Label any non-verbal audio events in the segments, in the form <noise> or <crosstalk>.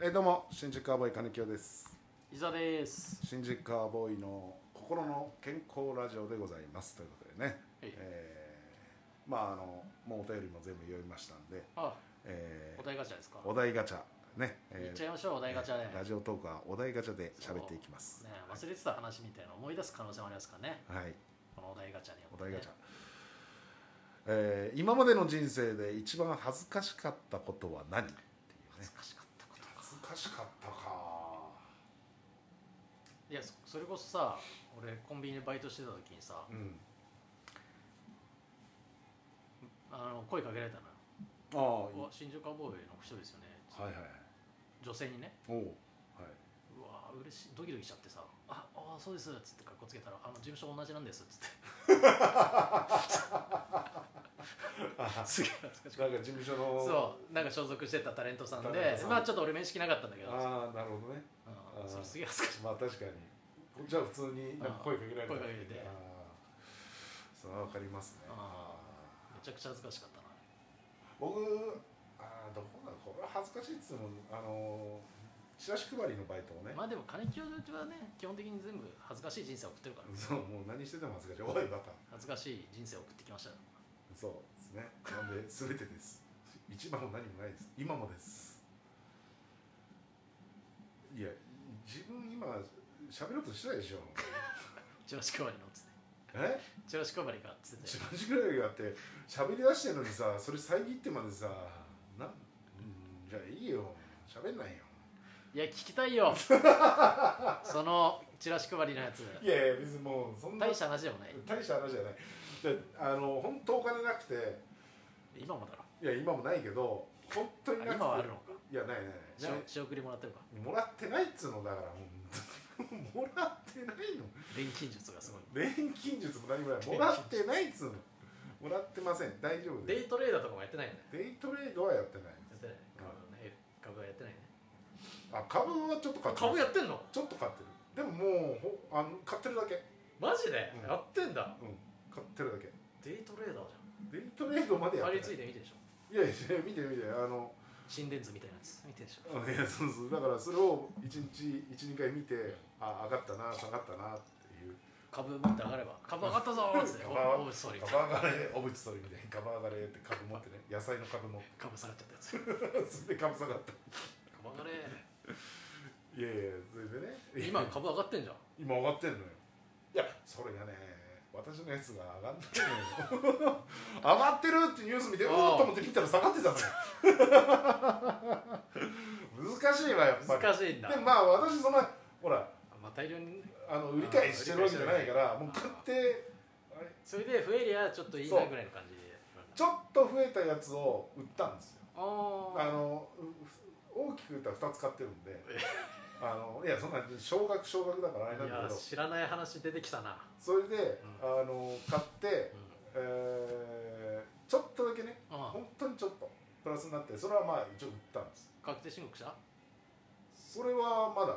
えーどうも新宿カーボーイ金清です伊沢です新宿カーボーイの心の健康ラジオでございますということでね、はいえーまああのもうお便りも全部読みましたんで、あえお題ガチャですかーお題ガチャね、いっえーちゃいましょうお題ガチャで、ねラジオトークはお題ガチャで喋っていきます、忘れてた話みたいなの思い出す可能性もありますからねはいこのお題ガチャによっおて、ね、題ガチャ、えー今までの人生で一番恥ずかしかったことは何っていうね恥ずかしかったこと恥ずかしかったかいやそそれこそさ俺コンビニでバイトしてた時にさうんあの声かけられたのよああうわ新宿アボーイの人ですよねはいはい女性にねおうはいうわ嬉しいドキドキしちゃってさ「ああそうです」っつってかっこつけたら「あの事務所同じなんです」っつって <laughs> すげえ恥ずかしいなんか事務所のそうなんか所属してたタレントさんタレンでトさんまあちょっと俺面識なかったんだけどうんああなるほどねあーそれすげえ恥ずかしいまあ確かにじゃあ普通になんか声かけられたうん声かけてあーそれはわかりますねああめちゃくちゃ恥ずかしかったーな僕あーどこだこれは恥ずかしいっつうのもあのーチラシ配りのバイトをね、まあでも金清うちはね基本的に全部恥ずかしい人生を送ってるからそうもう何してても恥ずかしいおいバカ恥ずかしい人生を送ってきましたよそうですねなんで全てです一番も何もないです今もですいや自分今喋ろうとしてないでしょチラシ配りのっつってえチラシ配りかっつって一番時ぐらいがあって喋り出してるのにさそれ遮ってまでさなんうんじゃあいいよ喋んないよいや聞きたいよ <laughs> そのチラシ配りのやついやいや別にもうそんな大した話でもない大した話じゃないであの本当お金なくて今もだろいや今もないけど本当になくて今はあるのかいやないないないしょ仕送りもらってるかもらってないっつうのだから本当にもらってないの錬金術がすごい錬金術も何もないもらってないっつうのもらってません大丈夫デでイトレーダーとかもやってないよねすデイトレードはやってないやってないね株のね株はやってないねあ株はちょっと買ってます株やってんのちょっと買ってるでももうほあの買ってるだけマジで、うんやってんだうん買ってるだけデイトレーダーじデイトレードまでゃんやっ張てりない付いて見てるでしょいやいや見て見てあの心電図みたいなやつ見てるでしょあのいやそうそうだからそれを一日一二回見てあ上がったな下がったなっていう株持って上がれば <laughs> 株上がったぞーっつってお株上がおい総理ガ株バ上がれ小渕総理みたいにガバ上がれって株持ってね野菜の株持って <laughs> 下がっちゃったやつ株それで株下がった上がいやいやそれでねれ今株上がってんじゃん今上がってんのよいやそれがね私のやつが上がんないのよ <laughs> 上がってるってニュース見てうおーあーっと思って見たら下がってたのよ <laughs> 難しいわやっぱり難しいんだでもまあ私そんなほらまあ大量にあの売り買いしてるわけじゃないからあーもう買ってあれそれで増えりゃちょっといいそなうぐらいの感じでちょっと増えたやつを売ったんですよあーあのう大きく言ったら2つ買ってるんであのいやそんな少額少額だからあれなんいだけやど知らない話出てきたな、それで、あの買ってう、んえーちょっとだけねあ本当にちょっとプラスになってそれはまあ一応売ったんです確定申告したそれはまだ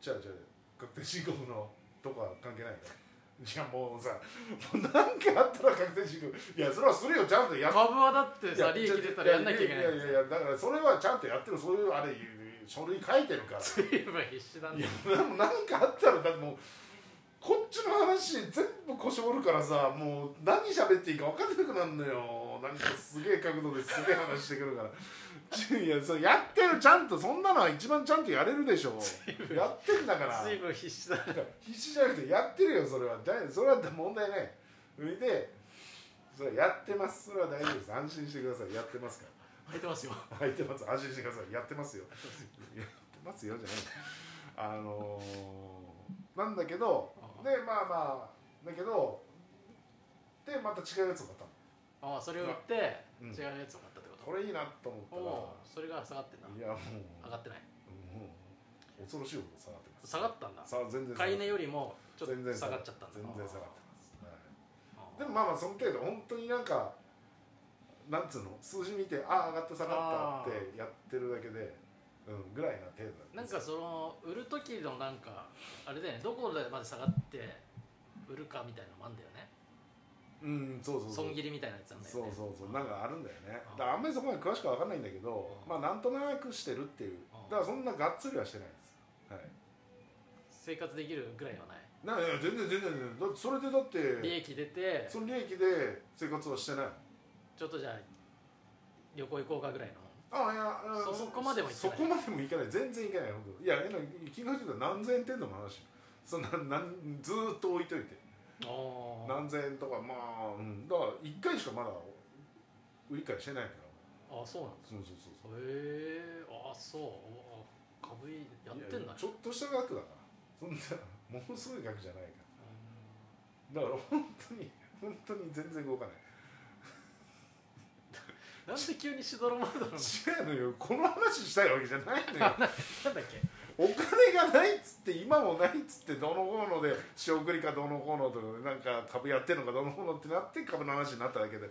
じゃあじゃあ確定申告のとか関係ないからいやもうさもう何かあったら確定申告いやそれはするよちゃんとやっ株はだっていやさ利益出たらやんなきゃいけないやいやいやだからそれはちゃんとやってるそういうあれ書類書いてるからそういえば必死なんいだやでも何かあったらだってもうこっちの話全部腰折るからさもう何喋っていいか分かんなくなるのよなんかすげえ角度ですげえ話してくるからちいやそうやってるちゃんとそんなのは一番ちゃんとやれるでしょやってんだから随分必死だ必死じゃなくてやってるよそれはだいそれは問題ないそれでそれはやってますそれは大丈夫です安心してくださいやってますから入ってますよ入ってます安心してくださいやってますよやってますよじゃないあのーなんだけどあでまあまあだけどでまた違うやつを買ったのああそれを売ってうん違うやつを買ったってことこれいいなと思おおっーそれが下がってんなたらいやもう上がってないもう恐ろしいほど下がってます下がったんださ全然下が買いって値よりもちょっ全然と下がっちゃったんだ全然下がってます、はいあーでもまあまあその程度本当になんかなんつうの数字見てああ上がった下がったってやってるだけでうんぐらいな程度だったなんかその売る時のなんかあれだよねどこでまで下がって売るかみたいなのもあんだよねうんそうそうそう損切りみたいなやつなんだよそうねそうそうなんかあるんだよねうんだからあんまりそこまで詳しくは分かんないんだけどうんまあなんとなくしてるっていううんだからそんながっつりはしてないですはい生活できるぐらいはないなないや全然全然全然だってそれでだっ利て益出てその利益で生活はしてないちょっとじゃあ旅行行こうかぐらいのあいやあそこまでもいかないそこまでもいかない全然いかない本当いやえな金額で言うと何千円程度の話そんな <laughs> なんずーっと置いといておー何千円とかまあ、うん、だから1回しかまだ売り買いしてないからあそうなんだそうそうそうそうへえあそうおあ株やってんいだやねちょっとした額だからそんなものすごい額じゃないからだから本当に本当に全然動か <laughs> ないうんなんで急にしどろまどろな <laughs> 違うのよこの話したいわけじゃないのよ <laughs> なんだっけお金がないっつって今もないっつってどのこうので仕送りかどうのこうのとかなんか株やってんのかどうのこうのってなって株の話になっただけで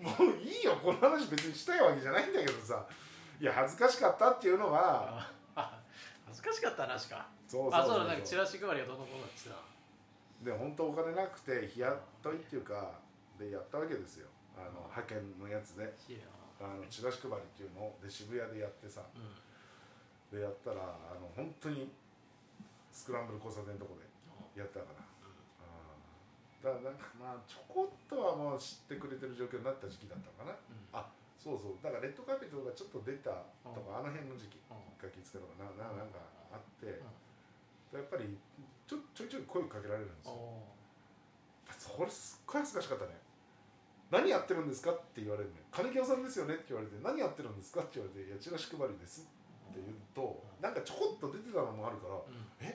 もういいよこの話別にしたいわけじゃないんだけどさいや恥ずかしかったっていうのはああ恥ずかしかった話かそうそうあそうそそうだうなんかチラシ配りがどうのこうのって言ってで本当お金なくて日雇いっていうかでやったわけですよあの派遣のやつでたいやあのチラシ配りっていうのをで渋谷でやってさうんでやったらあの本当にスクランブル交差点のとこでやったから、うん、だからなんかまあちょこっとはもう知ってくれてる状況になった時期だったのかなうんあそうそうだからレッドカーペットがちょっと出たとかあの辺の時期うんガキつけとかなななんかあってんでやっぱりちょちょいちょい声かけられるんですよおそれすっごい恥ずかしかったね何やってるんですかって言われるね金清さんですよねって言われて何やってるんですかって言われていやチラシ配りですって言うとなんかちょこっと出てたのもあるからーうん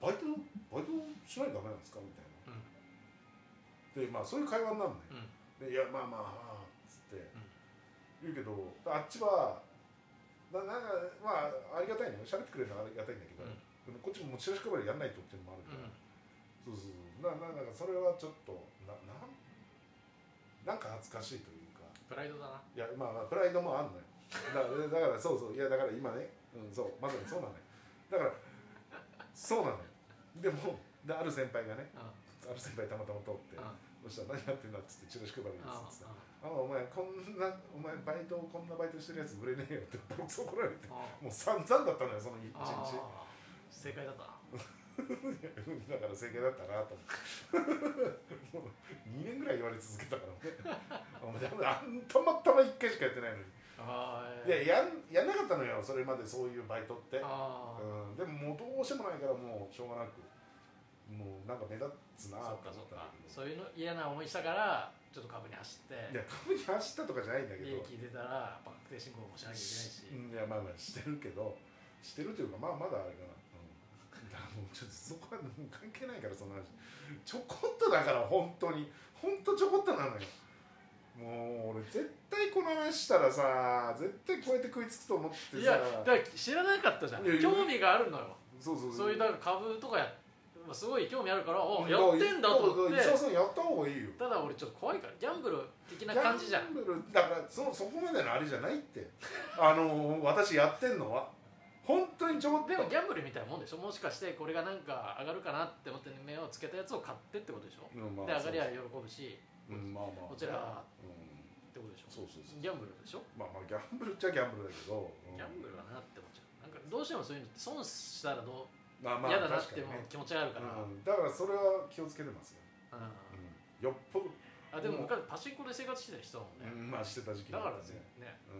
バイトバイトしないとダメなんですかみたいうんなでまあそういう会話になるのうんよでいやまあまあああっつって言うけどあっちはななんかまあありがたいね喋ってくれるのはありがたいんだけど、うんでもこっちもチラシ配りやんないとっていうのもあるから、そうそうそうなななんかそれはちょっとななんなんか恥ずかしいというかプライドだないやまあまあプライドもあんのよだからだからそうそういやだから今ね、うん、そうまさにそうなのよだからそうなのよでもである先輩がねうんある先輩たまたま通ってうんうんそしたら「何やってんだ」っつってチラシ配りですっつってうあお前こんなお前バイトこんなバイトしてるやつ売れねえよ」ってボロクソ怒られてんうんもう散々だったのよその一あ日ー正解だったな <laughs> だから正解だったなと思ってもう2年ぐらい言われ続けたからねお前多分あんたまたま1回しかやってないのにあーいややんやんなかったのよそれまでそういうバイトって、あーうん、でももうどうしてもないからもうしょうがなくもうなんか目立つなそと思っかったそんっだかけどそういうの嫌な思いしたからちょっと株に走っいやて株に走ったとかじゃないんだけど利益出たらやっぱ確定申告もしなきゃいけないしうんいやまあまあしてるけどしてるというかまあまだあれかな、うん、だからもうちょっとそこはもう関係ないからその話ちょこっとだから本当に本当ちょこっとなのよもう俺絶対この話したらさ絶対こうやって食いつくと思ってさいやだから知らなかったじゃんいやいや興味があるのよそうそうそういうだから株とかやまあすごい興味あるからおうやってんだと思っそうそうそうてやった方がいいよただ俺ちょっと怖いからギャンブル的な感じじゃんギャンブルだからそそこまでのあれじゃないってあの私やってんのは本当にちょこっとでもギャンブルみたいなもんでしょもしかしてこれがなんか上がるかなって思って目をつけたやつを買ってってことでしょうんまあで上がりゃ喜ぶしうんまあまあこちらっうんてことでしそうょそうそうギャンブルでしょまあまあギャンブルっちゃギャンブルだけど、うんギャンブルはなって思っちゃうなんかどうしてもそういうのって損したらどうまあまあ嫌だなっ確かてにもね気持ちがあるから、うん、だからそれは気をつけてますよ、うんうんよっぽど、あでも昔パチンコで生活してた人だもんね、うんまあしてた時期だっからねたねねう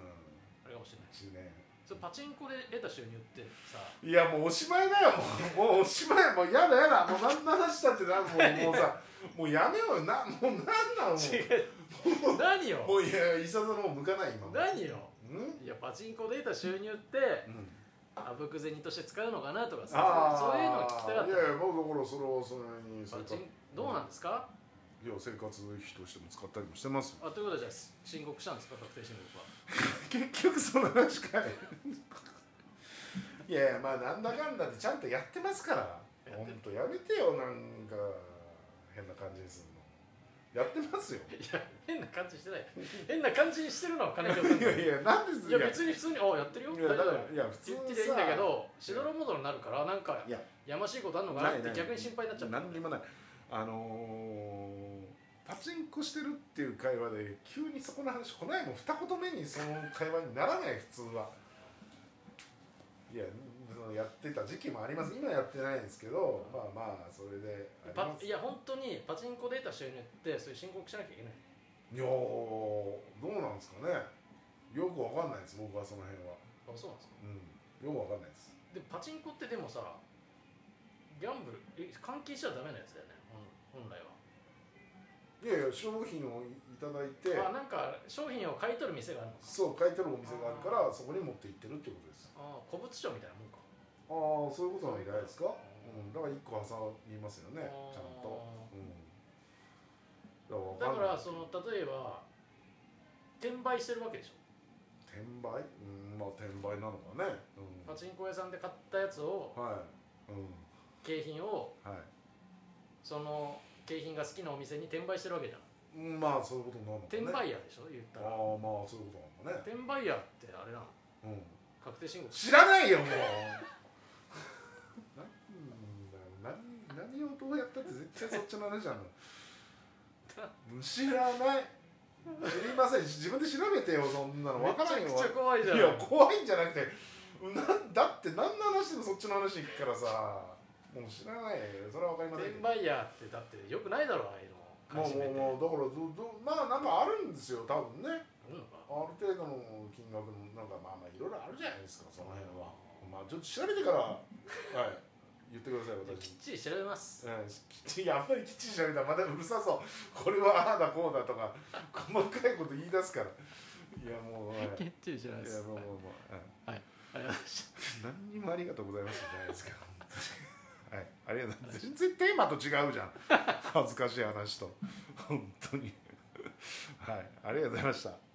あれかもしれないんしねそれパチンコで得た収入ってさいやもうおしまいだよもうもうおしまいもうやだやだもう何の話したってなもうもう <laughs> さもうやめようよなもうなんなのもう <laughs> う何よもういやいささもう向かない今もう何ようん、うん、いやパチンコで得た収入ってあぶく銭として使うのかなとかさあそうあいうの聞きたかっいやいやもうだからそれはそれにた生パ活チンどうなんですか、いや生活費としても使ったりもしてますよあということでじゃあ申告したんですか確定申告は結局その話かい <laughs> いやいやまあなんだかんだでちゃんとやってますからやってほんとやめてよなんか変な感じにするのやってますよいや変な感じしてない変な感じにしてるのは金子さんいやいやなんですいや別に普通に「あやってるよ」い大やだ丈か夫らいや普通言っにてさりゃいいんだけどしどろもどろになるからなんかいややましいことあんのかなっないなてい逆に心配になっちゃった何にもないあのーパチンコしてるっていう会話で急にそこの話こないも二言目にその会話にならない普通はいやそのやってた時期もあります今やってないんですけどまあまあそれでありパますいや本当にパチンコデータ収入ってそういう申告しなきゃいけないいやーどうなんですかねよくわかんないです僕はその辺はあそうなんですかうんよくわかんないですでパチンコってでもさギャンブルえ換金しちゃダメなやつだよね本本来はいやいや商品をいただいてあなんか商品を買い取る店があるのかそう買い取るお店があるからそこに持って行ってるってことですあー古物商みたいなもんかああそういうことなんじゃないですか、うんうん、だから一個挟みますよねあーちゃんと、うん、だだからかわからんないその例えば転売してるわけでしょ転売うんまあ転売なのかね、うん、パチンコ屋さんで買ったやつをはい、うん、景品をはいその景品が好きなお店に転売してるわけじゃんうんまあそういうことになるのかね転売ヤーでしょ言っあたあらまあそういうことなのかね、転売ヤーってあれなのうん、確定申告知らないよもう <laughs> なんだ何何をどうやったって絶対そっちの話な <laughs> の知らない知りません自分で調べてよそんなの分からんよめちゃくちゃ怖いじゃんいや怖いんじゃなくてなんだって何の話でもそっちの話行くからさもう知らないよそれは分かりませんけ転ど売ヤーってだってよくないだろああいうの買い占めてもうもうもうだからどどまあなんかあるんですよ多分ねあるのかある程度の金額のなんかまあまあいろいろあるじゃないですかその辺はまあちょっと調べてからはい言ってくださいで私きにっちり調べますうんきっちりやっぱりきっちり調べたらまたうるさそうこれはああだこうだとか細かいこと言い出すからいやもう、はい、いっちり調べやもうもうもう、はい、ありがとうございました何にもありがとうございますじゃないですか本当にはいありがとうございます全然テーマと違うじゃん恥ずかしい話と本当にはいありがとうございました